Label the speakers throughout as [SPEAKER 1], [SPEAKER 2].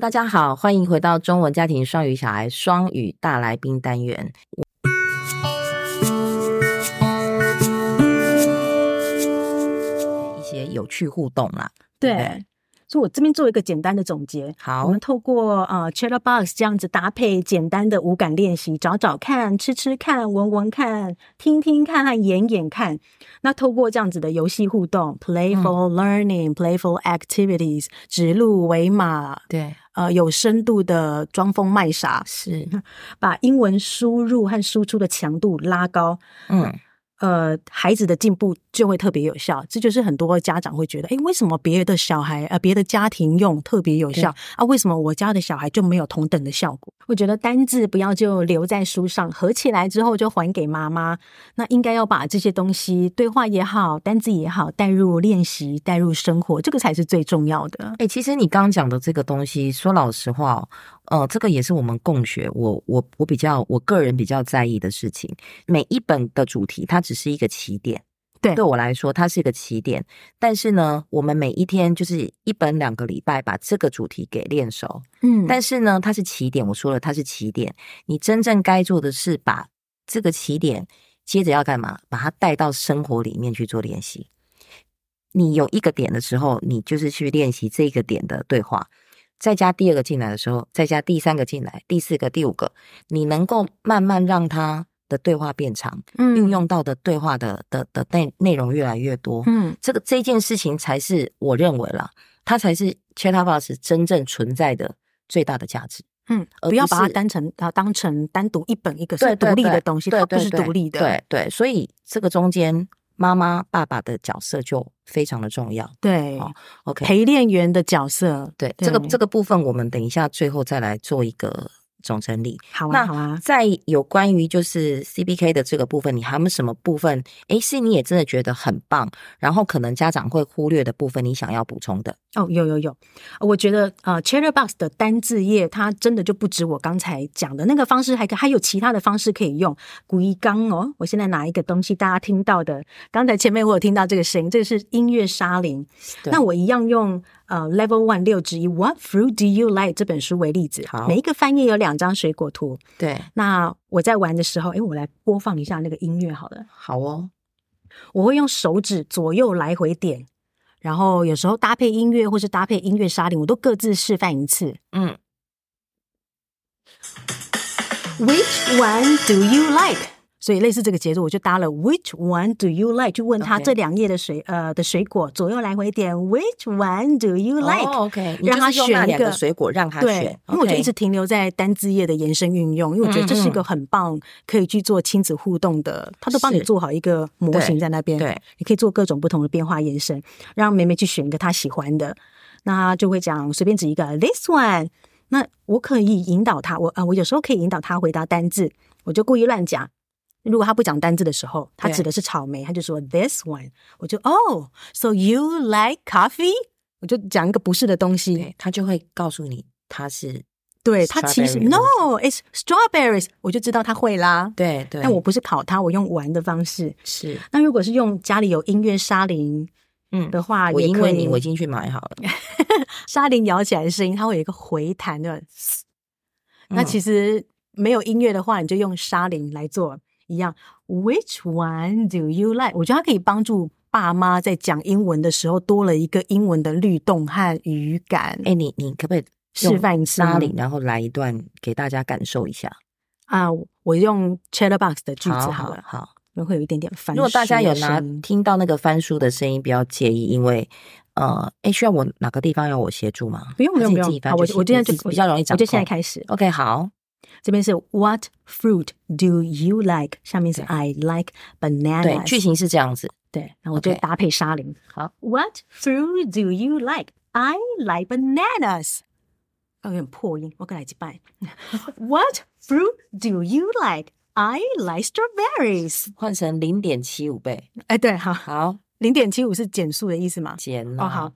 [SPEAKER 1] 大家好，欢迎回到中文家庭双语小孩双语大来宾单元。一些有趣互动啦，对不对
[SPEAKER 2] 对。所以我这边做一个简单的总结。
[SPEAKER 1] 好
[SPEAKER 2] 我们透过呃 Chat Box 这样子搭配简单的五感练习，找找看、吃吃看、闻闻看、听听看和演演看。那透过这样子的游戏互动，playful
[SPEAKER 1] 嗯
[SPEAKER 2] learning、playful activities，指鹿为马，
[SPEAKER 1] 对，
[SPEAKER 2] 呃，有深度的装疯卖傻，
[SPEAKER 1] 是，
[SPEAKER 2] 把英文输入和输出的强度拉高，
[SPEAKER 1] 嗯，
[SPEAKER 2] 呃，孩子的进步就会特别有效。这就是很多家长会觉得，诶，为什么别的小孩呃别的家庭用特别有效啊？为什么我家的小孩就没有同等的效果？我觉得单字不要就留在书上，合起来之后就还给妈妈。那应该要把这些东西，对话也好，单字也好，带入练习，带入生活，这个才是最重要的。
[SPEAKER 1] 哎、其实你刚刚讲的这个东西，说老实话哦，呃，这个也是我们共学，我我我比较我个人比较在意的事情。每一本的主题，它只是一个起点，
[SPEAKER 2] 对
[SPEAKER 1] 对我来说，它是一个起点。但是呢，我们每一天就是一本两个礼拜把这个主题给练熟，
[SPEAKER 2] 嗯
[SPEAKER 1] 但是呢，它是起点，我说了它是起点，你真正该做的是把这个起点接着要干嘛？把它带到生活里面去做练习。你有一个点的时候，你就是去练习这个点的对话，再加第二个进来的时候，再加第三个进来，第四个、第五个，你能够慢慢让它的对话变长，
[SPEAKER 2] 嗯
[SPEAKER 1] 运用到的对话的的的内内容越来越多。
[SPEAKER 2] 嗯
[SPEAKER 1] 这个这件事情才是我认为啦，它才是 Chatbox 真正存在的最大的价值。
[SPEAKER 2] 嗯，
[SPEAKER 1] 而
[SPEAKER 2] 不要
[SPEAKER 1] 不
[SPEAKER 2] 把它
[SPEAKER 1] 是
[SPEAKER 2] 当成啊当成单独一本一个
[SPEAKER 1] 对
[SPEAKER 2] 是独
[SPEAKER 1] 对
[SPEAKER 2] 立的
[SPEAKER 1] 对
[SPEAKER 2] 东西，
[SPEAKER 1] 对
[SPEAKER 2] 它不
[SPEAKER 1] 对
[SPEAKER 2] 是
[SPEAKER 1] 对
[SPEAKER 2] 独立的。
[SPEAKER 1] 对对，所以这个中间妈妈爸爸的角色就非常的重要。
[SPEAKER 2] 哦对
[SPEAKER 1] 好 OK，
[SPEAKER 2] 陪练员的角色，
[SPEAKER 1] 对
[SPEAKER 2] 对
[SPEAKER 1] 这个这个部分，我们等一下最后再来做一个总整理。
[SPEAKER 2] 好啊，
[SPEAKER 1] 那
[SPEAKER 2] 好啊。
[SPEAKER 1] 在有关于就是 CBK 的这个部分，你还有没有什么部分？诶，是你也真的觉得很棒，然后可能家长会忽略的部分，你想要补充的？
[SPEAKER 2] 哦，有有有，我觉得呃 c h e r r y b o x 的单字页，它真的就不止我刚才讲的那个方式，还可还有其他的方式可以用。古一刚哦，我现在拿一个东西，大家听到的，刚才前面我有听到这个声音，这个是音乐沙林。
[SPEAKER 1] 对
[SPEAKER 2] 那我一样用呃 Level One 六之一 What fruit do you like 这本书为例子
[SPEAKER 1] 好，
[SPEAKER 2] 每一个翻页有两张水果图。
[SPEAKER 1] 对，
[SPEAKER 2] 那我在玩的时候，诶，我来播放一下那个音乐好了。
[SPEAKER 1] 好哦，
[SPEAKER 2] 我会用手指左右来回点，然后有时候搭配音乐或是搭配音乐沙林，我都各自示范一次。
[SPEAKER 1] 嗯，
[SPEAKER 2] Which one do you like？所以类似这个节奏，我就搭了 Which one do you like？去问他
[SPEAKER 1] OK
[SPEAKER 2] 这两页的水呃的水果左右来回点 Which one do you like？、
[SPEAKER 1] 哦、OK，你
[SPEAKER 2] 让
[SPEAKER 1] 就
[SPEAKER 2] 他
[SPEAKER 1] 是用那
[SPEAKER 2] 选一
[SPEAKER 1] 两个
[SPEAKER 2] 个
[SPEAKER 1] 水果让他选
[SPEAKER 2] 对，，因为我就
[SPEAKER 1] OK 嗯
[SPEAKER 2] 一直停留在单字页的延伸运用，因为我觉得这是一个很棒可以去做亲子互动的，他都帮你
[SPEAKER 1] 是
[SPEAKER 2] 做好一个模型在那边，
[SPEAKER 1] 对，
[SPEAKER 2] 你可以做各种不同的变化延伸，让妹妹去选一个她喜欢的，那她就会讲随便指一个 this one，那我可以引导她，我啊、呃我有时候可以引导她回答单字，我就故意乱讲。如果她不讲单字的时候，她
[SPEAKER 1] 对
[SPEAKER 2] 指的是草莓，她就说 this one，我就哦、s o you like coffee？我就讲一个不是的东西，
[SPEAKER 1] 对他就会告诉你他是
[SPEAKER 2] 对他其实
[SPEAKER 1] Strawberry
[SPEAKER 2] no，it's strawberries，我就知道他会啦。
[SPEAKER 1] 对对，
[SPEAKER 2] 但我不是考他，我用玩的方式。
[SPEAKER 1] 是
[SPEAKER 2] 那如果是用家里有音乐沙林
[SPEAKER 1] 嗯，
[SPEAKER 2] 的话，
[SPEAKER 1] 我
[SPEAKER 2] 也
[SPEAKER 1] 因
[SPEAKER 2] 可
[SPEAKER 1] 为
[SPEAKER 2] 以
[SPEAKER 1] 你我已经去买好了，
[SPEAKER 2] 沙林摇起来的声音，它会有一个回弹的。那
[SPEAKER 1] 嗯
[SPEAKER 2] 其实没有音乐的话，你就用沙林来做一样。Which one do you like？我觉得它可以帮助爸妈在讲英文的时候多了一个英文的律动和语感。
[SPEAKER 1] 哎、你你可不可以
[SPEAKER 2] 示范一嗯次吗
[SPEAKER 1] 沙林，然后来一段给大家感受一下？
[SPEAKER 2] 啊，我用 Chatterbox 的句子好
[SPEAKER 1] 好
[SPEAKER 2] 了，
[SPEAKER 1] 好，
[SPEAKER 2] 因为会有一点点翻
[SPEAKER 1] 如
[SPEAKER 2] 书的声音。
[SPEAKER 1] 果大家有拿听到那个翻书的声音，不要介意，因为呃，哎、需要我哪个地方要我协助吗？
[SPEAKER 2] 不用不
[SPEAKER 1] 还是你
[SPEAKER 2] 用不
[SPEAKER 1] 自
[SPEAKER 2] 用
[SPEAKER 1] 己，翻
[SPEAKER 2] 好，我
[SPEAKER 1] 就是
[SPEAKER 2] 我
[SPEAKER 1] 你
[SPEAKER 2] 现在
[SPEAKER 1] 自
[SPEAKER 2] 就
[SPEAKER 1] 己比较容易掌
[SPEAKER 2] 我就现在
[SPEAKER 1] 控
[SPEAKER 2] 开始。
[SPEAKER 1] OK，好，
[SPEAKER 2] 这边是 What fruit do you like？下面是
[SPEAKER 1] 对
[SPEAKER 2] I like
[SPEAKER 1] 对，
[SPEAKER 2] bananas。
[SPEAKER 1] 剧情是这样子，
[SPEAKER 2] 对，然后我就
[SPEAKER 1] OK
[SPEAKER 2] 搭配沙林。
[SPEAKER 1] 好
[SPEAKER 2] ，What fruit do you like? I like bananas。哦，有点破音，我跟来几 拜。What fruit do you like? I like strawberries。
[SPEAKER 1] 换成零点七五倍，
[SPEAKER 2] 哎，对，好，
[SPEAKER 1] 好，
[SPEAKER 2] 零点七五是减速的意思吗？
[SPEAKER 1] 减了，
[SPEAKER 2] 哦，好。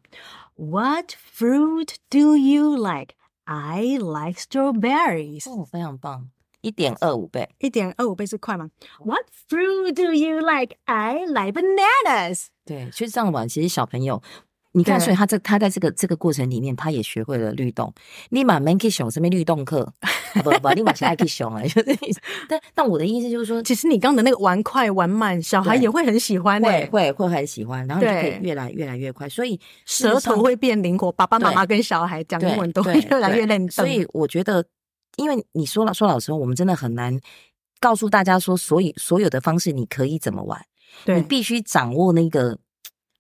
[SPEAKER 2] What fruit do you like? I like strawberries。
[SPEAKER 1] 哦，非常棒，一点二五倍。
[SPEAKER 2] 一点二五倍是快吗？What fruit do you like? I like bananas。
[SPEAKER 1] 对，去上网其实小朋友你看，
[SPEAKER 2] 对
[SPEAKER 1] 所以他这他在这个这个过程里面，他也学会了律动。立马 man k 熊这边律动课，啊不不，立马是爱 k 熊啊， 就是意思。但但我的意思就是说，
[SPEAKER 2] 其实你刚的那个玩快玩慢，小孩
[SPEAKER 1] 对
[SPEAKER 2] 也会很喜欢欸诶、
[SPEAKER 1] 会会会很喜欢，然后你就可以
[SPEAKER 2] 对
[SPEAKER 1] 越来越来越快，所以事
[SPEAKER 2] 舌
[SPEAKER 1] 实上
[SPEAKER 2] 头会变灵活，爸爸妈
[SPEAKER 1] 对
[SPEAKER 2] 妈跟小孩讲
[SPEAKER 1] 对
[SPEAKER 2] 英文都会
[SPEAKER 1] 对
[SPEAKER 2] 越来
[SPEAKER 1] 对
[SPEAKER 2] 越认
[SPEAKER 1] 所
[SPEAKER 2] 真。
[SPEAKER 1] 以我觉得，因为你说了说老实话，我们真的很难告诉大家说，所以所有的方式你可以怎么玩，你
[SPEAKER 2] 对
[SPEAKER 1] 必须掌握那个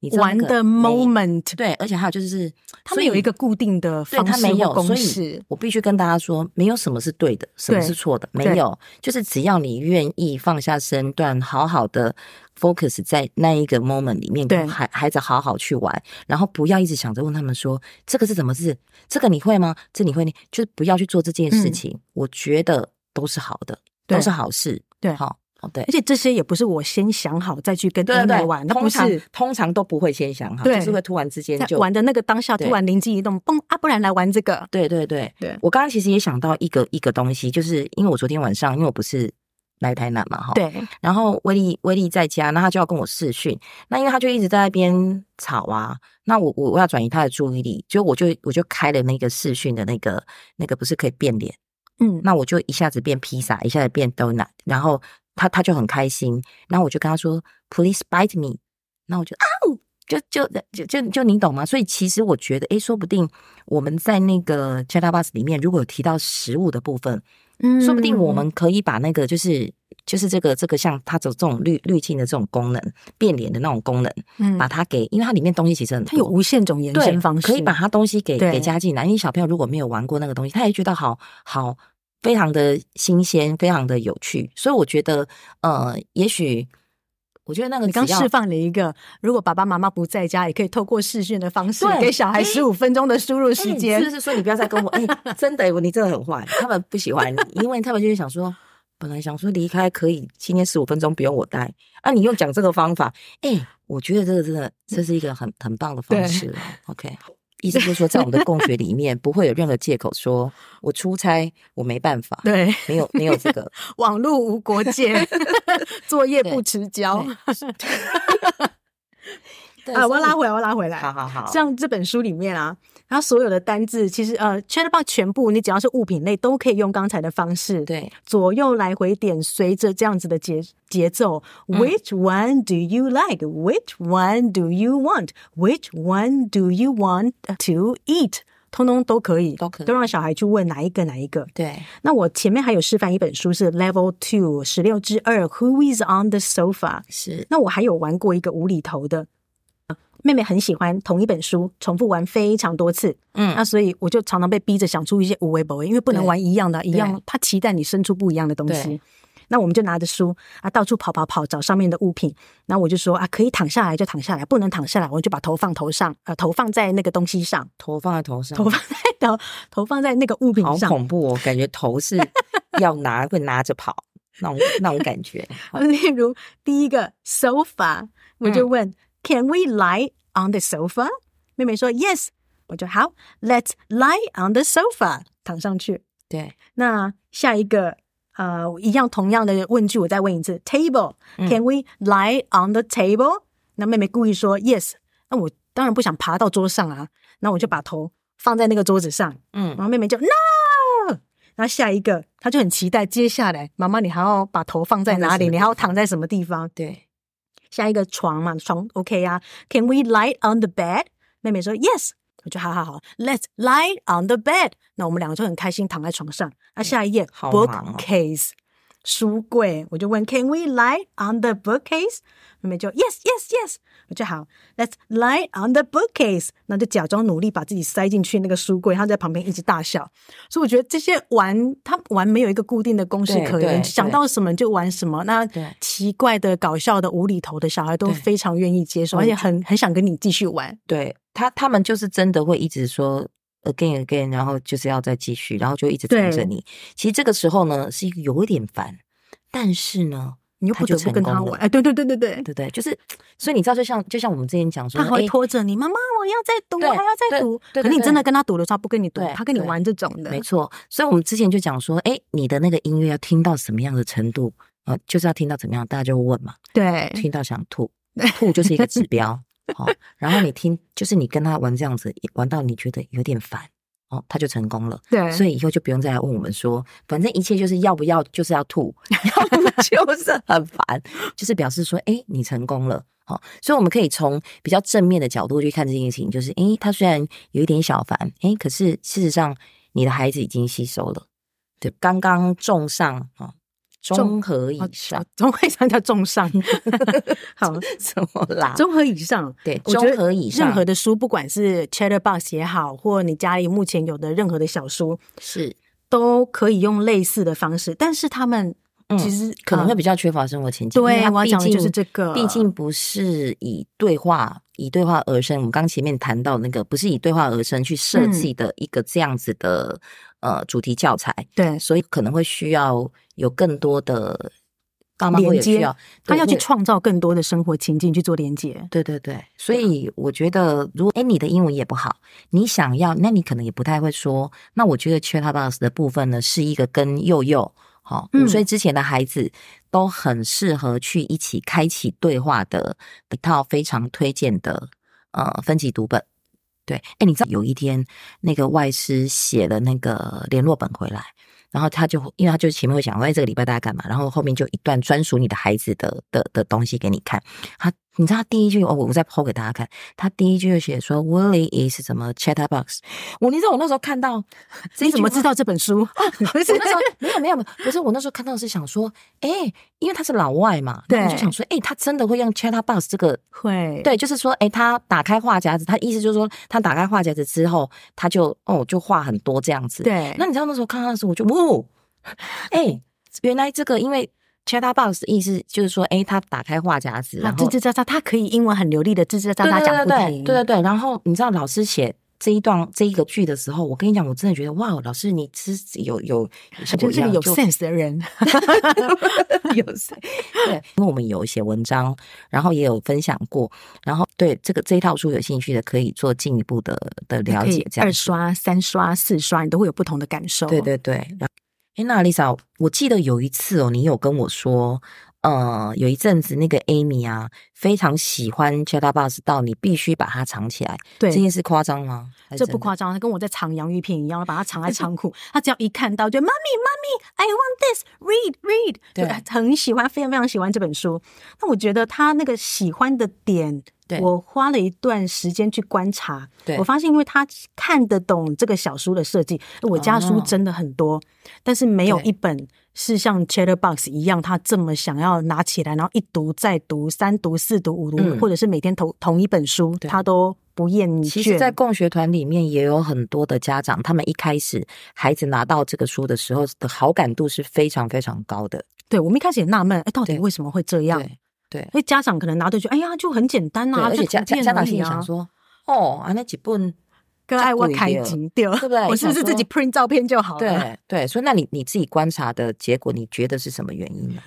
[SPEAKER 1] 你知道那
[SPEAKER 2] 玩
[SPEAKER 1] 个
[SPEAKER 2] 的
[SPEAKER 1] 每
[SPEAKER 2] moment，
[SPEAKER 1] 对，而且还有就是，
[SPEAKER 2] 他
[SPEAKER 1] 所
[SPEAKER 2] 们
[SPEAKER 1] 以
[SPEAKER 2] 有一个固定的
[SPEAKER 1] 对
[SPEAKER 2] 方
[SPEAKER 1] 他
[SPEAKER 2] 式
[SPEAKER 1] 没
[SPEAKER 2] 或
[SPEAKER 1] 有，所
[SPEAKER 2] 公
[SPEAKER 1] 以
[SPEAKER 2] 式。
[SPEAKER 1] 我必须跟大家说，没有什么是对的，什么
[SPEAKER 2] 对
[SPEAKER 1] 是错的，没
[SPEAKER 2] 对
[SPEAKER 1] 有，就是只要你愿意放下身段，好好的 focus 在那一个 moment 里面，
[SPEAKER 2] 对
[SPEAKER 1] 跟孩孩子好好去玩，然后不要一直想着问他们说这个是怎么字，这个你会吗？这你会呢？就是不要去做这件事
[SPEAKER 2] 嗯
[SPEAKER 1] 情，我觉得都是好的，
[SPEAKER 2] 对
[SPEAKER 1] 都是好事，
[SPEAKER 2] 对
[SPEAKER 1] 好。哦，对
[SPEAKER 2] 而，且这些也不是我先想好再去跟
[SPEAKER 1] 对对
[SPEAKER 2] 婴儿
[SPEAKER 1] 对，
[SPEAKER 2] 玩，那不
[SPEAKER 1] 通常
[SPEAKER 2] 是
[SPEAKER 1] 通常都不会先想好，
[SPEAKER 2] 对
[SPEAKER 1] 就是会突然之间
[SPEAKER 2] 在
[SPEAKER 1] 就
[SPEAKER 2] 玩的那个当下突
[SPEAKER 1] 对哦
[SPEAKER 2] 然灵机一动，嘣啊，不然来玩这个。
[SPEAKER 1] 对对对
[SPEAKER 2] 对
[SPEAKER 1] 我刚刚其实也想到一个一个东西，就是因为我昨天晚上，因为我不是来台南嘛，哈，，
[SPEAKER 2] 对，
[SPEAKER 1] 然后威力威力在家，那他就要跟我视讯，那因为他就一直在那边吵啊，那我我我要转移他的注意力，就我就我就开了那个视讯的那个那个不是可以变脸，
[SPEAKER 2] 嗯，
[SPEAKER 1] 那我就一下子变披萨，一下子变 donut，然后他他就很开心，然后我就跟他说 please bite me，那我就啊呜。就就就就就你懂吗？所以其实我觉得，诶，说不定我们在那个 c h a t b o s 里面，如果有提到食物的部分，
[SPEAKER 2] 嗯
[SPEAKER 1] 说不定我们可以把那个就是就是这个这个像它的这种滤滤镜的这种功能，变脸的那种功能，
[SPEAKER 2] 嗯
[SPEAKER 1] 把，它给，因为它里面东西其实很多，
[SPEAKER 2] 它有无限种延
[SPEAKER 1] 对
[SPEAKER 2] 伸方式，
[SPEAKER 1] 可以把它东西给
[SPEAKER 2] 对
[SPEAKER 1] 给加进来。因为小朋友如果没有玩过那个东西，他也觉得好好非常的新鲜，非常的有趣。所以我觉得，呃，也许我觉得那个
[SPEAKER 2] 你刚
[SPEAKER 1] 只要
[SPEAKER 2] 示范了一个，如果爸爸妈妈不在家，也可以透过视讯的方式
[SPEAKER 1] 对
[SPEAKER 2] 给小孩
[SPEAKER 1] 哎
[SPEAKER 2] 十五分钟的输入
[SPEAKER 1] 哎
[SPEAKER 2] 时
[SPEAKER 1] 你
[SPEAKER 2] 间
[SPEAKER 1] 是。不是说你不要再跟我？ 哎、真的、我你真的很坏，他们不喜欢你，因为他们就是想说。本来想说离开可以，今天十五分钟不用我带啊！你又讲这个方法，哎、我觉得这个真的这是一个很很棒的方
[SPEAKER 2] 对
[SPEAKER 1] 式哦。OK，意思就是说，在我们的共学里面，不会有任何借口说我出差我没办法，
[SPEAKER 2] 对，
[SPEAKER 1] 没有没有这 个，
[SPEAKER 2] 网络无国 界，作业
[SPEAKER 1] 对
[SPEAKER 2] 不迟交。
[SPEAKER 1] 对
[SPEAKER 2] 啊，我要拉
[SPEAKER 1] 回
[SPEAKER 2] 回来，我要拉回来。
[SPEAKER 1] 好好好，
[SPEAKER 2] 像这本书里面啊，它所有的单字，其实呃，chatbot 全部你只要是物品类，都可以用刚才的方式，，
[SPEAKER 1] 对
[SPEAKER 2] 左右来回点，随着这样子的节节奏、
[SPEAKER 1] 嗯
[SPEAKER 2] w h i c h one do you like? Which one do you want? Which one do you want to eat? 通通都可以，
[SPEAKER 1] 都可以
[SPEAKER 2] 都让小孩去问哪一个哪一个。
[SPEAKER 1] 对，
[SPEAKER 2] 那我前面还有示范一本书是 Level Two 十六之二，Who is on the sofa？
[SPEAKER 1] 是
[SPEAKER 2] 那我还有玩过一个无厘头的，妹妹很喜欢同一本书，重复玩非常多次。
[SPEAKER 1] 嗯
[SPEAKER 2] 那所以我就常常被逼着想出一些无为不为，因为不能
[SPEAKER 1] 对
[SPEAKER 2] 玩一样的，一样
[SPEAKER 1] 对
[SPEAKER 2] 他期待你生出不一样的东西
[SPEAKER 1] 对。
[SPEAKER 2] 那我们就拿着书啊，到处跑跑跑，找上面的物品。然后我就说啊，可以躺下来就躺下来，不能躺下来，我就把头放头上，呃，头放在那个东西上，
[SPEAKER 1] 头放在头上，
[SPEAKER 2] 头放在头，头放在那个物品
[SPEAKER 1] 好
[SPEAKER 2] 上。
[SPEAKER 1] 恐怖哦，感觉头 是要拿会拿着跑那种那种感 觉。
[SPEAKER 2] 例如第一个 sofa，我
[SPEAKER 1] 嗯
[SPEAKER 2] 就问、Can we lie on the sofa？妹妹说 Yes，我就好，Let's lie on the sofa，躺上去。
[SPEAKER 1] 对，
[SPEAKER 2] 那下一个呃，一样同样的问句，我再问一次
[SPEAKER 1] 嗯
[SPEAKER 2] ，table，Can、we lie on the table？那妹妹故意说 Yes，那我当然不想爬到桌上啊，那我就把头放在那个桌子上，
[SPEAKER 1] 嗯，
[SPEAKER 2] 然后妹妹就 No。然后下一个，她就很期待接下来，妈妈你还要把头放在
[SPEAKER 1] 放在
[SPEAKER 2] 哪
[SPEAKER 1] 什
[SPEAKER 2] 里？
[SPEAKER 1] 么
[SPEAKER 2] 你
[SPEAKER 1] 地
[SPEAKER 2] 还要
[SPEAKER 1] 方
[SPEAKER 2] 躺在什么地方？
[SPEAKER 1] 对，
[SPEAKER 2] 下一个床嘛，床 OK 啊？Can we lie on the bed？妹妹说 Yes，我就好好好，Let's lie on the bed。那我们两个就很开心躺在床上。那下一页
[SPEAKER 1] 好忙哦
[SPEAKER 2] bookcase 书柜，我就问 Can we lie on the bookcase？妹妹就 Yes Yes Yes，我就好，Let's lie on the bookcase。那就假装努力把自己塞进去那个书柜，她在旁边一直大笑。所以我觉得这些玩，他玩没有一个固定的公式
[SPEAKER 1] 对
[SPEAKER 2] 可
[SPEAKER 1] 对
[SPEAKER 2] 言，想
[SPEAKER 1] 对
[SPEAKER 2] 到什么你就玩什么。那
[SPEAKER 1] 对
[SPEAKER 2] 奇怪的、搞笑的、无厘头的小孩都
[SPEAKER 1] 对
[SPEAKER 2] 非常愿意接受，而且很很想跟你继续玩。
[SPEAKER 1] 对他他们就是真的会一直说 again again，然后就是要再继续，然后就一直缠着
[SPEAKER 2] 对
[SPEAKER 1] 你。其实这个时候呢，是有一点烦，但是呢，
[SPEAKER 2] 你又
[SPEAKER 1] 他
[SPEAKER 2] 不
[SPEAKER 1] 就
[SPEAKER 2] 得不
[SPEAKER 1] 成
[SPEAKER 2] 跟他
[SPEAKER 1] 功了
[SPEAKER 2] 玩，哎，对对对对对，
[SPEAKER 1] 对不对？就是，所以你知道，就像就像我们之前讲说，
[SPEAKER 2] 他还会
[SPEAKER 1] 诶
[SPEAKER 2] 拖着你，妈妈，我要再赌，
[SPEAKER 1] 对
[SPEAKER 2] 我还要再
[SPEAKER 1] 对
[SPEAKER 2] 赌。
[SPEAKER 1] 对对
[SPEAKER 2] 可你
[SPEAKER 1] 对
[SPEAKER 2] 真的跟他赌的时候，他不跟你赌
[SPEAKER 1] 对，
[SPEAKER 2] 他跟你
[SPEAKER 1] 对
[SPEAKER 2] 玩这种的
[SPEAKER 1] 没。错，所以我们之前就讲说，哎，你的那个音乐要听到什么样的程度啊、呃就是要听到怎么样，大家就问嘛，
[SPEAKER 2] 对
[SPEAKER 1] 听到想吐，吐就是一个指标。好、哦，然后你听，就是你跟他玩这样子，玩到你觉得有点烦，哦，他就成功了。
[SPEAKER 2] 对
[SPEAKER 1] 所以以后就不用再来问我们说，反正一切就是要不要，就是要吐， 要不就是很烦，就是表示说，哎，你成功了。好、所以我们可以从比较正面的角度去看这件事情，就是，诶，他虽然有一点小烦，诶，可是事实上你的孩子已经吸收了，对，刚刚重上啊、哦，综合
[SPEAKER 2] 哦
[SPEAKER 1] 以 上，
[SPEAKER 2] 综合以上叫重上， 好，
[SPEAKER 1] 什么啦？
[SPEAKER 2] 综合以上，
[SPEAKER 1] 对，
[SPEAKER 2] 我觉
[SPEAKER 1] 综
[SPEAKER 2] 得
[SPEAKER 1] 合以上，
[SPEAKER 2] 任何的书，不管是 Chatterbox 也好，或你家里目前有的任何的小书，
[SPEAKER 1] 是
[SPEAKER 2] 都可以用类似的方式，但是他们
[SPEAKER 1] 嗯
[SPEAKER 2] 其实、
[SPEAKER 1] 可能会
[SPEAKER 2] 呃
[SPEAKER 1] 比较缺乏生活情境。因为
[SPEAKER 2] 对
[SPEAKER 1] 它
[SPEAKER 2] 我要
[SPEAKER 1] 毕
[SPEAKER 2] 讲的就是
[SPEAKER 1] 竟
[SPEAKER 2] 这个，
[SPEAKER 1] 毕竟不是以对话以对话而生，我们刚前面谈到那个不是以对话而生去
[SPEAKER 2] 嗯
[SPEAKER 1] 设计的一个这样子的、呃主题教材，
[SPEAKER 2] 对
[SPEAKER 1] 所以可能会需要有更多的爸妈会
[SPEAKER 2] 连
[SPEAKER 1] 有
[SPEAKER 2] 接
[SPEAKER 1] 需要，
[SPEAKER 2] 他
[SPEAKER 1] 对
[SPEAKER 2] 要去
[SPEAKER 1] 会
[SPEAKER 2] 创造更多的生活情境去做连接。
[SPEAKER 1] 对对对，所以我觉得，如果哎你的英文也不好，你想要，那你可能也不太会说。那我觉得 Chatbox 的部分呢，是一个跟幼幼好
[SPEAKER 2] 嗯
[SPEAKER 1] 五岁之前的孩子都很适合去一起开启对话的一套非常推荐的呃分级读本。对，哎，你知道有一天那个外师写了那个联络本回来，然后他就因为他就前面会讲，哎，这个礼拜大家干嘛？然后后面就一段专属你的孩子的的的东西给你看。他你知道他第一句哦，我我再抛给大家看，他第一句就写说 Willie is 什么 Chatterbox。我你知道我那时候看 到这
[SPEAKER 2] 你怎么
[SPEAKER 1] 道？
[SPEAKER 2] 知道这本书？不
[SPEAKER 1] 我那时候没有没有没有，不是我那时候看到是想说，哎、因为他是老外嘛，然后我
[SPEAKER 2] 对
[SPEAKER 1] 就想说，哎、他真的会用 Chatterbox 这个
[SPEAKER 2] 会，
[SPEAKER 1] 对，就是说，哎，他打开话匣子，他意思就是说，他打开话匣子之后，他就哦，就话很多这样子。，
[SPEAKER 2] 对，
[SPEAKER 1] 那你知道那时候看到的时候，我就哦，哎，原来这个因为 Chatbox 的意思就是说，哎，他打开话匣子，
[SPEAKER 2] 啊
[SPEAKER 1] 然后
[SPEAKER 2] 吱吱喳喳，他可以英文很流利的吱吱喳
[SPEAKER 1] 对
[SPEAKER 2] 喳
[SPEAKER 1] 对
[SPEAKER 2] 讲
[SPEAKER 1] 对
[SPEAKER 2] 不
[SPEAKER 1] 对
[SPEAKER 2] 停，
[SPEAKER 1] 对对对，然后你知道老师写。这一段这一个剧的时候，我跟你讲，我真的觉得哇，哦老师你是有有有像我
[SPEAKER 2] 就
[SPEAKER 1] 一
[SPEAKER 2] 是个
[SPEAKER 1] 样
[SPEAKER 2] 有
[SPEAKER 1] 就
[SPEAKER 2] sense 的人。
[SPEAKER 1] 有谁？对，因为我们有写文章，然后也有分享过，然后对这个这一套书有兴趣的，可以做进一步的的了
[SPEAKER 2] 可以
[SPEAKER 1] 解，这样
[SPEAKER 2] 二哦
[SPEAKER 1] 子。
[SPEAKER 2] 刷、三刷、四刷，你都会有不同的感受。
[SPEAKER 1] 对，对对。然后哎，那 Lisa，我记得有一次哦，你有跟我说，呃，有一阵子那个 Amy 啊，非常喜欢 c h a t b o x 到你必须把它藏起来，
[SPEAKER 2] 对
[SPEAKER 1] 这件事夸张吗？还是
[SPEAKER 2] 这
[SPEAKER 1] 哎真
[SPEAKER 2] 不
[SPEAKER 1] 的
[SPEAKER 2] 夸张，他跟我在藏洋芋片一样，把它 藏在仓库。他只要一看到，就妈咪妈咪，I want this, read, read，
[SPEAKER 1] 对
[SPEAKER 2] 就很喜欢，非常非常喜欢这本书。那我觉得他那个喜欢的点
[SPEAKER 1] 对，
[SPEAKER 2] 我花了一段时间去观察，
[SPEAKER 1] 对
[SPEAKER 2] 我发现，因为他看得懂这个小书的设计，我家书
[SPEAKER 1] 哦
[SPEAKER 2] 真的很多，但是没有
[SPEAKER 1] 对
[SPEAKER 2] 一本是像 Chatterbox 一样，他这么想要拿起来，然后一读再读，三读四读五读，
[SPEAKER 1] 嗯
[SPEAKER 2] 或者是每天同同一本书，
[SPEAKER 1] 对
[SPEAKER 2] 他都不厌
[SPEAKER 1] 其
[SPEAKER 2] 倦。
[SPEAKER 1] 实，在共学团里面也有很多的家长，他们一开始孩子拿到这个书的时候的好感度是非常非常高的。
[SPEAKER 2] 对我们一开始也纳闷，哎，到底
[SPEAKER 1] 对
[SPEAKER 2] 为什么会这样？
[SPEAKER 1] 对对
[SPEAKER 2] 因为家长可能拿着就哎呀，就很简单
[SPEAKER 1] 对，
[SPEAKER 2] 呐、啊，
[SPEAKER 1] 而
[SPEAKER 2] 就
[SPEAKER 1] 且家
[SPEAKER 2] 图
[SPEAKER 1] 家
[SPEAKER 2] 片
[SPEAKER 1] 家长
[SPEAKER 2] 而
[SPEAKER 1] 心
[SPEAKER 2] 已
[SPEAKER 1] 里
[SPEAKER 2] 啊
[SPEAKER 1] 想。说，哦，啊那几本，
[SPEAKER 2] 跟爱我
[SPEAKER 1] 这样
[SPEAKER 2] 开
[SPEAKER 1] 贵了
[SPEAKER 2] 金掉，
[SPEAKER 1] 对不对
[SPEAKER 2] 我是不是
[SPEAKER 1] 想说
[SPEAKER 2] 自己 print 照片就好了？，
[SPEAKER 1] 对对，所以那你你自己观察的结果，你觉得是什么原因呢？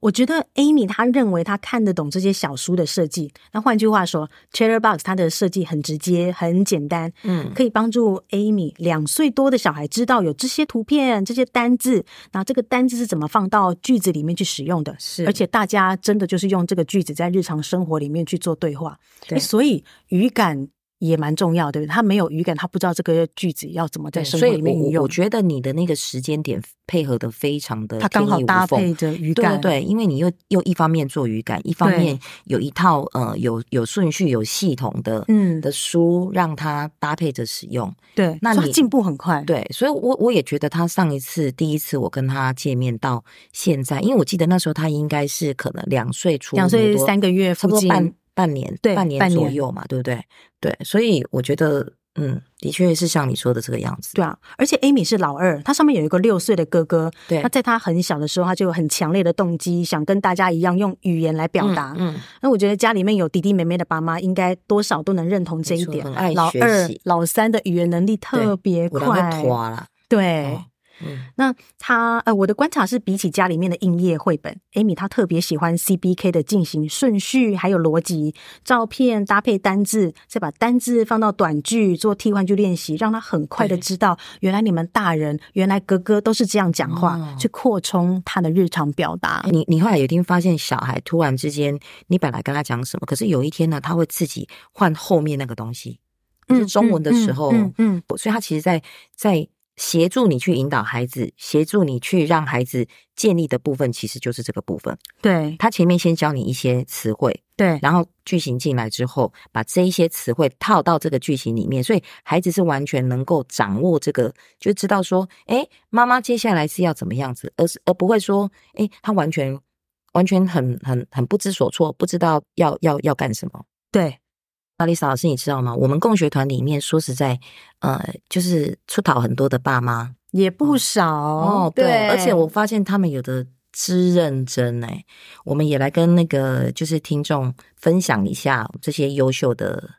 [SPEAKER 2] 我觉得 Amy 她认为她看得懂这些小书的设计。那换句话说，Chatterbox 它的设计很直接、很简单，
[SPEAKER 1] 嗯，
[SPEAKER 2] 可以帮助 Amy 两岁多的小孩知道有这些图片、这些单字，那这个单字是怎么放到句子里面去使用的。
[SPEAKER 1] 是
[SPEAKER 2] 而且大家真的就是用这个句子在日常生活里面去做对话，
[SPEAKER 1] 对
[SPEAKER 2] 诶所以语感也蛮重要，对不对？他没有语感，他不知道这个句子要怎么在
[SPEAKER 1] 对，
[SPEAKER 2] 生
[SPEAKER 1] 所
[SPEAKER 2] 活
[SPEAKER 1] 以
[SPEAKER 2] 里
[SPEAKER 1] 我
[SPEAKER 2] 面运
[SPEAKER 1] 我我
[SPEAKER 2] 用，
[SPEAKER 1] 觉得你的那个时间点配合的非常的，
[SPEAKER 2] 他刚好搭配。着语
[SPEAKER 1] 对
[SPEAKER 2] 感，
[SPEAKER 1] 对对，因为你又又一方面做语感，一方
[SPEAKER 2] 对
[SPEAKER 1] 面有一套呃有有顺序、有系统的
[SPEAKER 2] 嗯，
[SPEAKER 1] 的书，让它搭配着使用。
[SPEAKER 2] 对，
[SPEAKER 1] 那
[SPEAKER 2] 所以
[SPEAKER 1] 你
[SPEAKER 2] 他进步很快，
[SPEAKER 1] 对，所以我我也觉得他上一次第一次我跟他见面到现在，因为我记得那时候他应该是可能两岁出，
[SPEAKER 2] 两岁三个月
[SPEAKER 1] 差
[SPEAKER 2] 附
[SPEAKER 1] 不多
[SPEAKER 2] 近，
[SPEAKER 1] 半半年，
[SPEAKER 2] 对
[SPEAKER 1] 半年
[SPEAKER 2] 半
[SPEAKER 1] 左
[SPEAKER 2] 年
[SPEAKER 1] 右嘛，对不对？对，所以我觉得，嗯，的确是像你说的这个样子。
[SPEAKER 2] 对啊，而且 Amy 是老二，她上面有一个六岁的哥哥。
[SPEAKER 1] 对
[SPEAKER 2] 那在她很小的时候，她就有很强烈的动机，想跟大家一样用语言来表达。
[SPEAKER 1] 嗯，嗯
[SPEAKER 2] 那我觉得家里面有弟弟妹妹的爸妈，应该多少都能认同这一
[SPEAKER 1] 没错
[SPEAKER 2] 点。
[SPEAKER 1] 很爱
[SPEAKER 2] 老
[SPEAKER 1] 学
[SPEAKER 2] 二
[SPEAKER 1] 习、
[SPEAKER 2] 老三的语言能力特别
[SPEAKER 1] 我当会
[SPEAKER 2] 快，
[SPEAKER 1] 拖啦。
[SPEAKER 2] 对
[SPEAKER 1] 哦。嗯
[SPEAKER 2] 那他呃，我的观察是，比起家里面的硬页绘本，Amy 她特别喜欢 CBK 的进行顺序，还有逻辑，照片搭配单字，再把单字放到短句做替换句练习，让他很快的
[SPEAKER 1] 对
[SPEAKER 2] 知道，原来你们大人，原来哥哥都是这样讲话，
[SPEAKER 1] 哦哎
[SPEAKER 2] 去扩充他的日常表达。
[SPEAKER 1] 啊你你后来有一天发现，小孩突然之间，你本来跟他讲什么，可是有一天呢，他会自己换后面那个东西，就是中文的时候，
[SPEAKER 2] 嗯嗯嗯
[SPEAKER 1] 所以他其实在在协助你去引导孩子，协助你去让孩子建立的部分，其实就是这个部分。
[SPEAKER 2] 对
[SPEAKER 1] 他前面先教你一些词汇，
[SPEAKER 2] 对
[SPEAKER 1] 然后剧情进来之后，把这一些词汇套到这个剧情里面，所以孩子是完全能够掌握这个，就知道说，哎，妈妈接下来是要怎么样子，而是而不会说，哎，他完全完全很很很不知所措，不知道要要要干什么。
[SPEAKER 2] 对，
[SPEAKER 1] 阿丽莎老师，你知道吗？我们共学团里面，说实在，呃，就是出逃很多的爸妈
[SPEAKER 2] 也不少
[SPEAKER 1] 哦而且我发现他们有的之认真哎、我们也来跟那个就是听众分享一下这些优秀的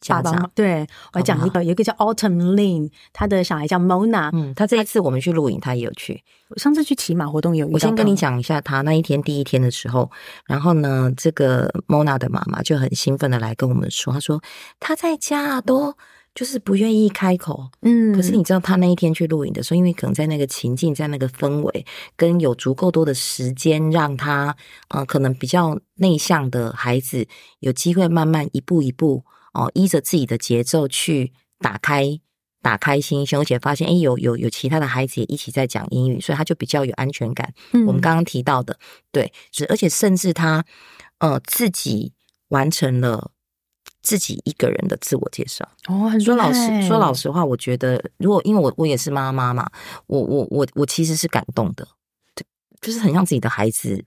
[SPEAKER 1] 家
[SPEAKER 2] 爸爸
[SPEAKER 1] 长。
[SPEAKER 2] 妈妈对我讲一个，有一个叫 Autumn Lin，他的小孩叫 Mona，、
[SPEAKER 1] 嗯，他这一次我们去录影，他也有去。
[SPEAKER 2] 我上次去骑马活动有遇到
[SPEAKER 1] 我先跟你
[SPEAKER 2] 他
[SPEAKER 1] 讲一下，他那一天第一天的时候，然后呢，这个 Mona 的妈妈就很兴奋的来跟我们说，她说她在家啊都就是不愿意开口，
[SPEAKER 2] 嗯，
[SPEAKER 1] 可是你知道，他那一天去录影的时候，因为可能在那个情境、在那个氛围，跟有足够多的时间，让他呃，可能比较内向的孩子有机会慢慢一步一步哦、依着自己的节奏去打开。打开心胸，而且发现诶，有有有其他的孩子也一起在讲英语，所以他就比较有安全感。
[SPEAKER 2] 嗯
[SPEAKER 1] 我们刚刚提到的，对，是而且甚至他呃自己完成了自己一个人的自我介绍。
[SPEAKER 2] 哦，很
[SPEAKER 1] 说老实说老
[SPEAKER 2] 实，
[SPEAKER 1] 实话，我觉得如果因为我我也是妈妈嘛，我我我我其实是感动的，对就是很像自己的孩子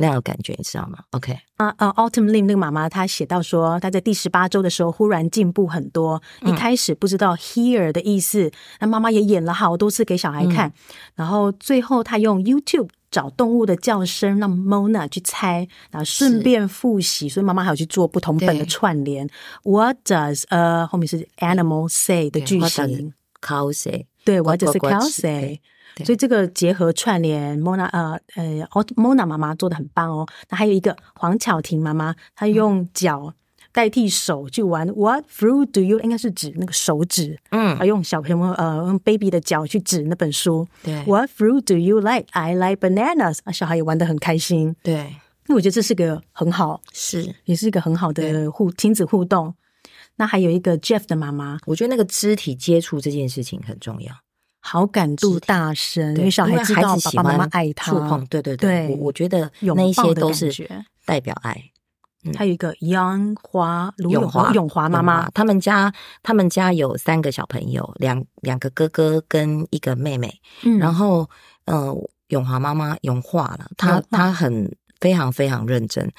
[SPEAKER 1] 那样的感觉，你知道吗？OK，
[SPEAKER 2] 啊呃，Autumn Lim 那个妈妈她写到说，她在第十八周的时候忽然进步很多，
[SPEAKER 1] 嗯
[SPEAKER 2] 一开始不知道 hear 的意思，那妈妈也演了好多次给小孩
[SPEAKER 1] 嗯
[SPEAKER 2] 看，然后最后她用 YouTube。找动物的叫声，让 Mona 去猜，然后顺便复习，所以妈妈还有去做不同本的
[SPEAKER 1] 对
[SPEAKER 2] 串联。What does 呃后面是 animal say 的
[SPEAKER 1] 对
[SPEAKER 2] 句
[SPEAKER 1] what does
[SPEAKER 2] 型，
[SPEAKER 1] 靠谁？
[SPEAKER 2] 对，
[SPEAKER 1] 呱
[SPEAKER 2] 我就是
[SPEAKER 1] 呱呱
[SPEAKER 2] c a l
[SPEAKER 1] 吃对
[SPEAKER 2] c
[SPEAKER 1] 对
[SPEAKER 2] 所以这个结合串联，Mona 呃呃哦，Mona 妈妈做的很棒哦。那还有一个黄巧婷妈妈，她
[SPEAKER 1] 嗯
[SPEAKER 2] 用脚代替手去玩、What fruit do you？应该是指那个手指，
[SPEAKER 1] 嗯
[SPEAKER 2] 啊，，用小朋友呃用 baby 的脚去指那本书。
[SPEAKER 1] 对
[SPEAKER 2] What fruit do you like？I like bananas。啊，小孩也玩的很开心。
[SPEAKER 1] 对
[SPEAKER 2] 那我觉得这是个很好，
[SPEAKER 1] 是，
[SPEAKER 2] 也是一个很好的互亲子互动。那还有一个 Jeff 的妈妈，
[SPEAKER 1] 我觉得那个肢体接触这件事情很重要，
[SPEAKER 2] 好感度大升，因
[SPEAKER 1] 对，
[SPEAKER 2] 为小
[SPEAKER 1] 因
[SPEAKER 2] 孩
[SPEAKER 1] 为
[SPEAKER 2] 知道
[SPEAKER 1] 子
[SPEAKER 2] 爸
[SPEAKER 1] 喜
[SPEAKER 2] 爸妈妈
[SPEAKER 1] 欢
[SPEAKER 2] 爱他。
[SPEAKER 1] 触碰，对对
[SPEAKER 2] 对
[SPEAKER 1] 我我觉得
[SPEAKER 2] 拥
[SPEAKER 1] 那一
[SPEAKER 2] 抱
[SPEAKER 1] 些
[SPEAKER 2] 的
[SPEAKER 1] 都
[SPEAKER 2] 感
[SPEAKER 1] 是
[SPEAKER 2] 觉
[SPEAKER 1] 代表爱。
[SPEAKER 2] 还有一个杨华、
[SPEAKER 1] 嗯
[SPEAKER 2] 卢
[SPEAKER 1] 永
[SPEAKER 2] 永
[SPEAKER 1] 华，
[SPEAKER 2] 永华妈
[SPEAKER 1] 永
[SPEAKER 2] 妈
[SPEAKER 1] 华，他们家他们家有三个小朋友，两两个哥哥跟一个妹妹。
[SPEAKER 2] 嗯
[SPEAKER 1] 然后，呃，永华妈妈永化了，她
[SPEAKER 2] 永化
[SPEAKER 1] 她很非常非常认真。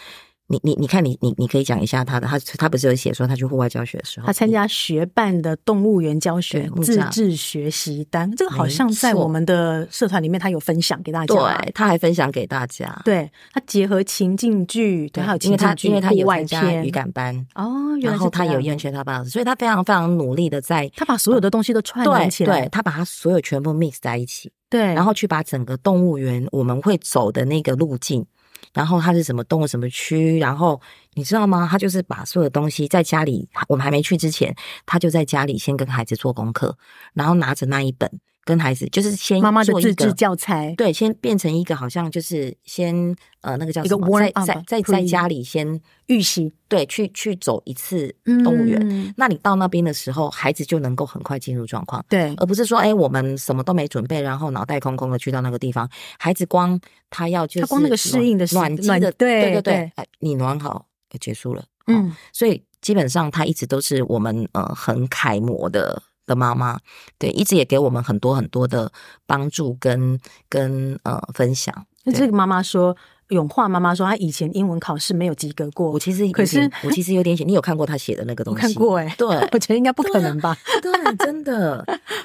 [SPEAKER 1] 你你你看你你你可以讲一下她的，她她不是有写说她去户外教学的时候，
[SPEAKER 2] 他参加学办的动物园教
[SPEAKER 1] 对
[SPEAKER 2] 学
[SPEAKER 1] 木
[SPEAKER 2] 自
[SPEAKER 1] 栅
[SPEAKER 2] 治学习单，这个好
[SPEAKER 1] 没
[SPEAKER 2] 像在我
[SPEAKER 1] 错
[SPEAKER 2] 们的社团里面，他有分享给大家吧。
[SPEAKER 1] 对，她还分享给大家。
[SPEAKER 2] 对，他结合情境剧，对，还有
[SPEAKER 1] 因
[SPEAKER 2] 情
[SPEAKER 1] 为她
[SPEAKER 2] 境剧、
[SPEAKER 1] 因为她
[SPEAKER 2] 户
[SPEAKER 1] 有
[SPEAKER 2] 外
[SPEAKER 1] 参加
[SPEAKER 2] 片
[SPEAKER 1] 语感班，
[SPEAKER 2] 哦，原
[SPEAKER 1] 然
[SPEAKER 2] 来
[SPEAKER 1] 后
[SPEAKER 2] 是
[SPEAKER 1] 她
[SPEAKER 2] 这
[SPEAKER 1] 有
[SPEAKER 2] 样
[SPEAKER 1] 厌倦她爸老师，所以她非常非常努力的在。
[SPEAKER 2] 他把所有的东西都串
[SPEAKER 1] 对
[SPEAKER 2] 联起来
[SPEAKER 1] 对，，她把她所有全部 mix 在一起，
[SPEAKER 2] 对，
[SPEAKER 1] 然后去把整个动物园我们会走的那个路径，然后它是什么动物什么区，然后你知道吗？他就是把所有的东西在家里，我们还没去之前，他就在家里先跟孩子做功课，然后拿着那一本跟孩子就是先
[SPEAKER 2] 妈妈的
[SPEAKER 1] 做一
[SPEAKER 2] 自制
[SPEAKER 1] 个
[SPEAKER 2] 教材，
[SPEAKER 1] 对，先变成一个好像就是先呃那个叫
[SPEAKER 2] 一
[SPEAKER 1] 什
[SPEAKER 2] 个
[SPEAKER 1] 么，
[SPEAKER 2] warm
[SPEAKER 1] 在
[SPEAKER 2] up
[SPEAKER 1] 在在在
[SPEAKER 2] pre-
[SPEAKER 1] 家里先
[SPEAKER 2] 预习
[SPEAKER 1] 对去去走一次动物园。
[SPEAKER 2] 嗯
[SPEAKER 1] 那你到那边的时候，孩子就能够很快进入状况。
[SPEAKER 2] 对，
[SPEAKER 1] 而不是说，哎、我们什么都没准备，然后脑袋空空的去到那个地方。孩子光他要就是
[SPEAKER 2] 他光那个适
[SPEAKER 1] 暖
[SPEAKER 2] 应的时
[SPEAKER 1] 暖机
[SPEAKER 2] 暖
[SPEAKER 1] 的，
[SPEAKER 2] 对
[SPEAKER 1] 对对
[SPEAKER 2] 对
[SPEAKER 1] 哎你暖好也结束了。嗯，
[SPEAKER 2] 嗯，
[SPEAKER 1] 所以基本上他一直都是我们呃很楷模的的妈妈，对，一直也给我们很多很多的帮助跟跟呃分享。
[SPEAKER 2] 那
[SPEAKER 1] 对
[SPEAKER 2] 这个妈妈说，永化妈妈说，她以前英文考试没有及格过
[SPEAKER 1] 我，其实有
[SPEAKER 2] 可是
[SPEAKER 1] 点我其实有点写，你有看过他写的那个
[SPEAKER 2] 我
[SPEAKER 1] 东西？
[SPEAKER 2] 看过哎、欸，
[SPEAKER 1] 对
[SPEAKER 2] 我觉得应 该不可
[SPEAKER 1] 对啊
[SPEAKER 2] 能吧？
[SPEAKER 1] 对，真的，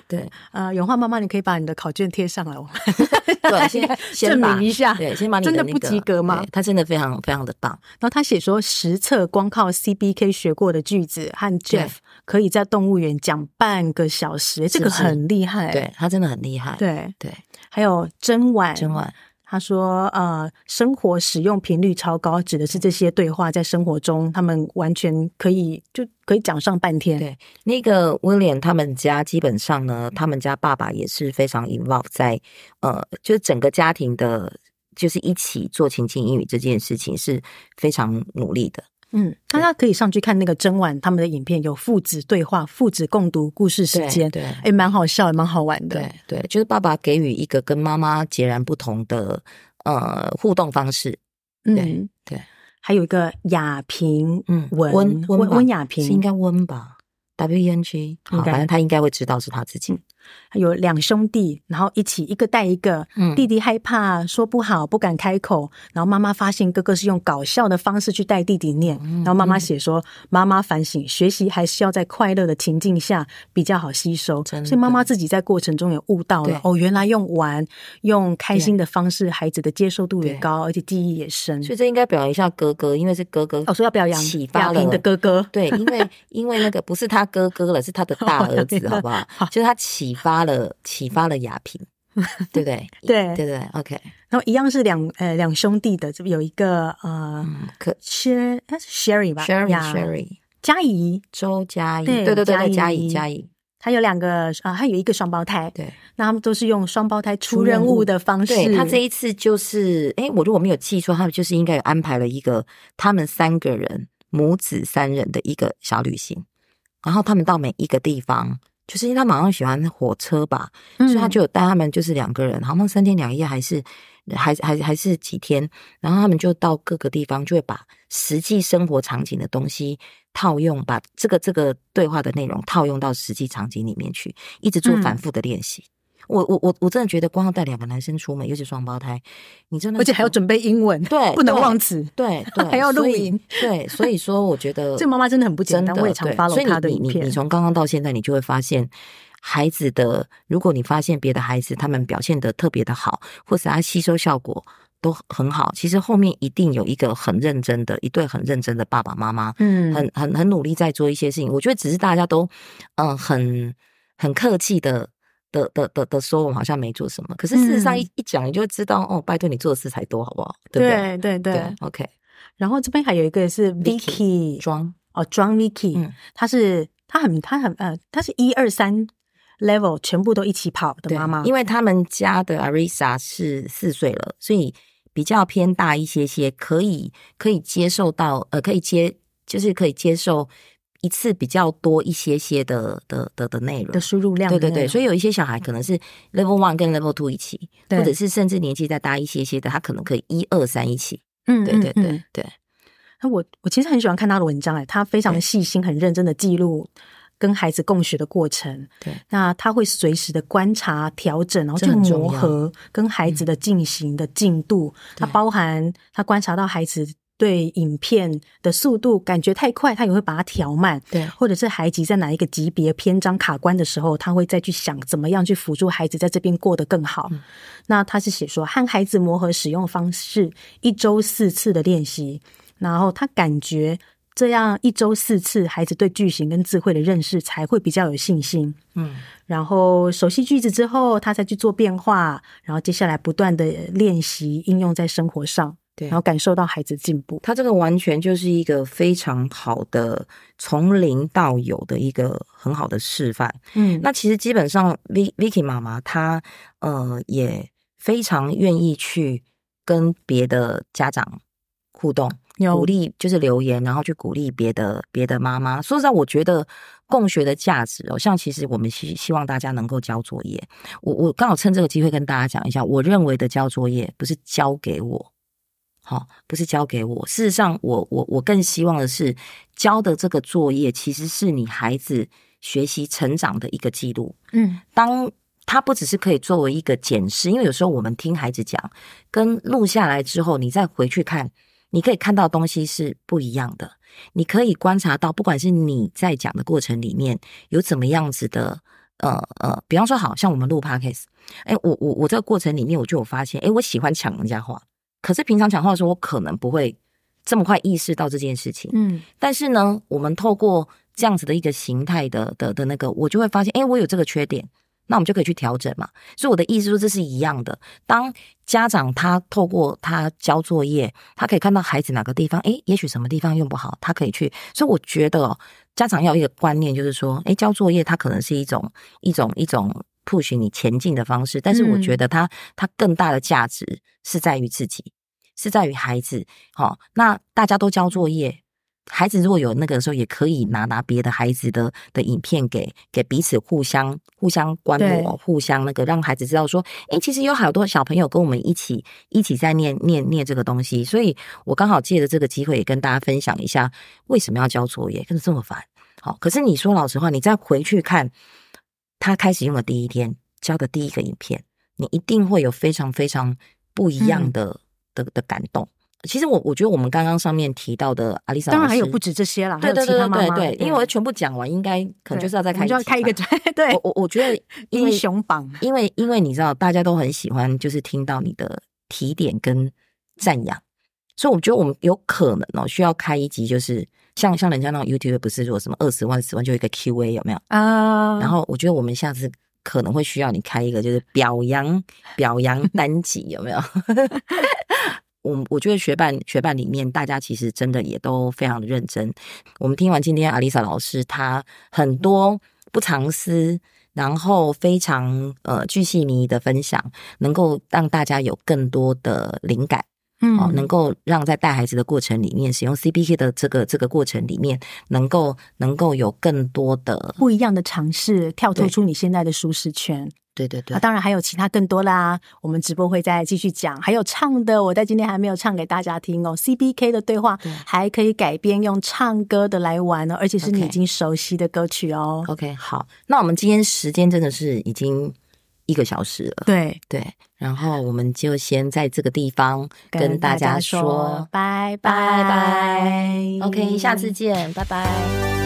[SPEAKER 1] 对
[SPEAKER 2] 呃，永化妈妈，你可以把你的考卷贴上来，我们
[SPEAKER 1] 对，先先
[SPEAKER 2] 证
[SPEAKER 1] 把
[SPEAKER 2] 明一下。
[SPEAKER 1] 对，先把你
[SPEAKER 2] 真的
[SPEAKER 1] 那
[SPEAKER 2] 不
[SPEAKER 1] 个
[SPEAKER 2] 及格吗
[SPEAKER 1] 对他真的非常非常的棒，
[SPEAKER 2] 然后他写说，实测光靠 CBK 学过的句子和 Jeff 可以在动物园讲半个小时，欸这个
[SPEAKER 1] 是不是
[SPEAKER 2] 很厉害。
[SPEAKER 1] 对他真的很厉害。
[SPEAKER 2] 对，哎
[SPEAKER 1] 对，
[SPEAKER 2] 还有真婉，
[SPEAKER 1] 真晚
[SPEAKER 2] 他说呃，生活使用频率超高，指的是这些对话在生活中，他们完全可以就可以讲上半天。
[SPEAKER 1] 对那个威廉他们家基本上呢，他们家爸爸也是非常 involve 在呃，就是整个家庭的，就是一起做情境英语这件事情是非常努力的。
[SPEAKER 2] 嗯，大家可以上去看那个真婉他们的影片，有父子对话、父子共读故事时间，
[SPEAKER 1] 对。对
[SPEAKER 2] 哎，蛮好笑，也蛮好玩的。
[SPEAKER 1] 对对，就是爸爸给予一个跟妈妈截然不同的呃互动方式，
[SPEAKER 2] 嗯，
[SPEAKER 1] 对对
[SPEAKER 2] 还有一个雅萍，
[SPEAKER 1] 嗯
[SPEAKER 2] 文
[SPEAKER 1] 温温
[SPEAKER 2] 温
[SPEAKER 1] 吧
[SPEAKER 2] 温雅
[SPEAKER 1] 是应
[SPEAKER 2] 萍，
[SPEAKER 1] 该温吧？W E N G，好，
[SPEAKER 2] 应该嗯
[SPEAKER 1] 反正他应该会知道是他自己。
[SPEAKER 2] 有两兄弟，然后一起一个带一个。
[SPEAKER 1] 嗯
[SPEAKER 2] 弟弟害怕说不好，不敢开口，然后妈妈发现哥哥是用搞笑的方式去带弟弟念，
[SPEAKER 1] 嗯
[SPEAKER 2] 然后妈妈写说，妈妈反省学习还是要在快乐的情境下比较好吸收，
[SPEAKER 1] 真的
[SPEAKER 2] 所以妈妈自己在过程中也悟到
[SPEAKER 1] 对
[SPEAKER 2] 了，哦，原来用玩用开心的方式，孩子的接受度也
[SPEAKER 1] 对
[SPEAKER 2] 高，而且记忆也深。
[SPEAKER 1] 所以这应该表扬一下哥哥，因为是哥哥
[SPEAKER 2] 嗯哦，说要表扬
[SPEAKER 1] 启发
[SPEAKER 2] 雅
[SPEAKER 1] 了
[SPEAKER 2] 萍的哥哥，
[SPEAKER 1] 对，因 为因为那个不是他哥哥了，是他的
[SPEAKER 2] 哦
[SPEAKER 1] 大儿子，好不好？就是他启发了启发了雅 萍，对不对？
[SPEAKER 2] 对
[SPEAKER 1] 对对，OK，
[SPEAKER 2] 然后一样是两呃两兄弟的，这边有一个呃
[SPEAKER 1] 嗯，可
[SPEAKER 2] Sher 呃是 Sherry 吧
[SPEAKER 1] Sherry
[SPEAKER 2] 呀
[SPEAKER 1] Sherry
[SPEAKER 2] 佳怡，
[SPEAKER 1] 周佳怡，对
[SPEAKER 2] 对
[SPEAKER 1] 对对对，
[SPEAKER 2] 嘉
[SPEAKER 1] 佳
[SPEAKER 2] 怡
[SPEAKER 1] 怡佳怡，
[SPEAKER 2] 她有两个啊，还有一个双胞胎，
[SPEAKER 1] 对
[SPEAKER 2] 那他们都是用双胞胎出任
[SPEAKER 1] 出任务
[SPEAKER 2] 务的方式。
[SPEAKER 1] 对，他这一次就是，哎，我如果没有记错，他们就是应该有安排了一个他们三个人母子三人的一个小旅行，然后他们到每一个地方。就是因为他马上喜欢火车吧，
[SPEAKER 2] 嗯，
[SPEAKER 1] 所以他就有带他们就是两个人，好像三天两夜还是还还还是几天，然后他们就到各个地方，就会把实际生活场景的东西套用，把这个这个对话的内容套用到实际场景里面去，一直做
[SPEAKER 2] 嗯
[SPEAKER 1] 反复的练习。我我我我真的觉得，光要带两个男生出门，尤其双胞胎，你真的
[SPEAKER 2] 而且还要准备英文，
[SPEAKER 1] 对
[SPEAKER 2] 不能
[SPEAKER 1] 对
[SPEAKER 2] 忘词。
[SPEAKER 1] 对对，
[SPEAKER 2] 还要录
[SPEAKER 1] 所以
[SPEAKER 2] 影，
[SPEAKER 1] 对，所以说我觉得
[SPEAKER 2] 这妈妈真的很不简单
[SPEAKER 1] 真的
[SPEAKER 2] 我也常
[SPEAKER 1] 对
[SPEAKER 2] follow
[SPEAKER 1] 所以
[SPEAKER 2] 她的
[SPEAKER 1] 你
[SPEAKER 2] 影
[SPEAKER 1] 你你
[SPEAKER 2] 片
[SPEAKER 1] 你从刚刚到现在，你就会发现孩子的，如果你发现别的孩子他们表现的特别的好，或是他吸收效果都很好，其实后面一定有一个很认真的一对很认真的爸爸妈妈，
[SPEAKER 2] 嗯，
[SPEAKER 1] 很很很努力在做一些事情。我觉得只是大家都嗯、呃很很客气的。的的的的说，我们好像没做什么，可是事实上一、一讲，你就知道哦，拜托你做的事才多，好不好？对不对？
[SPEAKER 2] 嗯对对对。
[SPEAKER 1] ，OK，
[SPEAKER 2] 然后这边还有一个是 Vicky，
[SPEAKER 1] 装
[SPEAKER 2] 哦，John Vicky，
[SPEAKER 1] 嗯
[SPEAKER 2] 她是她很她很呃，她是一二三 level 全部都一起跑的
[SPEAKER 1] 对
[SPEAKER 2] 妈妈，
[SPEAKER 1] 因为他们家的 Arisa 是四岁了，所以比较偏大一些些，可以可以接受到呃，可以接就是可以接受一次比较多一些些的的的的内容
[SPEAKER 2] 的。输入量
[SPEAKER 1] 对
[SPEAKER 2] 的那
[SPEAKER 1] 对
[SPEAKER 2] 种，
[SPEAKER 1] 对，所以有一些小孩可能是 level one 跟 level two 一起，
[SPEAKER 2] 对
[SPEAKER 1] 或者是甚至年纪再大一些些的，他可能可以一二三一起。
[SPEAKER 2] 嗯，
[SPEAKER 1] 对对
[SPEAKER 2] 嗯
[SPEAKER 1] 对对，
[SPEAKER 2] 那我我其实很喜欢看他的文章，哎，他非常的细心，很认真的记录跟孩子共学的过程。
[SPEAKER 1] 对，
[SPEAKER 2] 那他会随时的观察、调整，然后
[SPEAKER 1] 这
[SPEAKER 2] 去
[SPEAKER 1] 很重
[SPEAKER 2] 磨
[SPEAKER 1] 要嗯
[SPEAKER 2] 合跟孩子的进行的进度。它
[SPEAKER 1] 对
[SPEAKER 2] 包含他观察到孩子对影片的速度感觉太快，他也会把它调慢。
[SPEAKER 1] 对
[SPEAKER 2] 或者是孩子在哪一个级别篇章卡关的时候，他会再去想怎么样去辅助孩子在这边过得更
[SPEAKER 1] 嗯
[SPEAKER 2] 好。那他是写说和孩子磨合使用方式，一周四次的练习，然后他感觉这样一周四次，孩子对句型跟智慧的认识才会比较有信心。
[SPEAKER 1] 嗯，
[SPEAKER 2] 然后熟悉句子之后，他再去做变化，然后接下来不断的练习应用在生活上，
[SPEAKER 1] 对
[SPEAKER 2] 然后感受到孩子进步。
[SPEAKER 1] 他这个完全就是一个非常好的从零到有的一个很好的示范。
[SPEAKER 2] 嗯
[SPEAKER 1] 那其实基本上，V Vicky 妈妈她呃也非常愿意去跟别的家长互动，
[SPEAKER 2] 有
[SPEAKER 1] 鼓励就是留言，然后去鼓励别的别的妈妈。说实在，我觉得共学的价值哦，像其实我们希希望大家能够交作业。我我刚好趁这个机会跟大家讲一下，我认为的交作业不是交给我。好、不是交给我。事实上我，我我更希望的是交的这个作业，其实是你孩子学习成长的一个记录。
[SPEAKER 2] 嗯
[SPEAKER 1] 当它不只是可以作为一个检视，因为有时候我们听孩子讲，跟录下来之后，你再回去看，你可以看到东西是不一样的。你可以观察到，不管是你在讲的过程里面有怎么样子的，呃呃，比方说，好像我们录 podcast，哎，我我我这个过程里面，我就有发现，哎，我喜欢抢人家话，可是平常讲话的时候，我可能不会这么快意识到这件事情。
[SPEAKER 2] 嗯，
[SPEAKER 1] 但是呢，我们透过这样子的一个形态的的的那个，我就会发现，哎，我有这个缺点，那我们就可以去调整嘛。所以我的意思说，这是一样的。当家长他透过他交作业，他可以看到孩子哪个地方，哎，也许什么地方用不好，他可以去。所以我觉得哦，家长要有一个观念，就是说，哎，交作业它可能是一种一种一种 push 你前进的方式，但是我觉得它、它更大的价值是在于自己。是在于孩子，好、那大家都交作业，孩子如果有那个的时候，也可以拿拿别的孩子的的影片给给彼此互相互相观
[SPEAKER 2] 对
[SPEAKER 1] 摩，互相那个让孩子知道说，诶，其实有好多小朋友跟我们一起一起在念念念这个东西，所以我刚好借着这个机会也跟大家分享一下为什么要交作业，真的这么烦。好，可是你说老实话，你再回去看他开始用的第一天交的第一个影片，你一定会有非常非常不一样
[SPEAKER 2] 嗯
[SPEAKER 1] 的、的的感动。其实我我觉得我们刚刚上面提到的阿丽莎，
[SPEAKER 2] 当然还有不止这些啦，
[SPEAKER 1] 对
[SPEAKER 2] 还有
[SPEAKER 1] 对
[SPEAKER 2] 其
[SPEAKER 1] 对
[SPEAKER 2] 他
[SPEAKER 1] 对
[SPEAKER 2] 妈嗯
[SPEAKER 1] 对
[SPEAKER 2] 妈，
[SPEAKER 1] 对，因为我全部讲完，应该可能就是要再开
[SPEAKER 2] 对我们就要
[SPEAKER 1] 集
[SPEAKER 2] 开一个
[SPEAKER 1] 吧
[SPEAKER 2] 对
[SPEAKER 1] 我我我 觉得因为
[SPEAKER 2] 英雄榜，
[SPEAKER 1] 因为因为你知道，大家都很喜欢就是听到你的提点跟赞扬，所以我觉得我们有可能哦，需要开一集，就是像像人家那种 YouTube 不是说什么二十万、十万就有一个 Q&A 有没有？
[SPEAKER 2] 啊，
[SPEAKER 1] 然后我觉得我们下次可能会需要你开一个就是表扬表扬单集，有没 有？我我觉得学伴学伴里面，大家其实真的也都非常的认真。我们听完今天阿丽莎老师，她很多不藏私，然后非常呃巨细靡遗的分享，能够让大家有更多的灵感。
[SPEAKER 2] 嗯
[SPEAKER 1] 哦，能够让在带孩子的过程里面，使用 CPK 的这个这个过程里面，能够能够有更多的，
[SPEAKER 2] 不一样的尝试，跳脱
[SPEAKER 1] 对
[SPEAKER 2] 出你现在的舒适圈。
[SPEAKER 1] 对对对
[SPEAKER 2] 啊，，当然还有其他更多啦，我们直播会再继续讲，还有唱的，我在今天还没有唱给大家听哦。C B K 的对话
[SPEAKER 1] 对
[SPEAKER 2] 还可以改编用唱歌的来玩哦，而且是你
[SPEAKER 1] OK
[SPEAKER 2] 已经熟悉的歌曲哦。
[SPEAKER 1] OK，好，那我们今天时间真的是已经一个小时了，
[SPEAKER 2] 对，
[SPEAKER 1] 对，然后我们就先在这个地方跟大家说
[SPEAKER 2] 拜拜
[SPEAKER 1] 拜拜，OK，下次见，拜拜。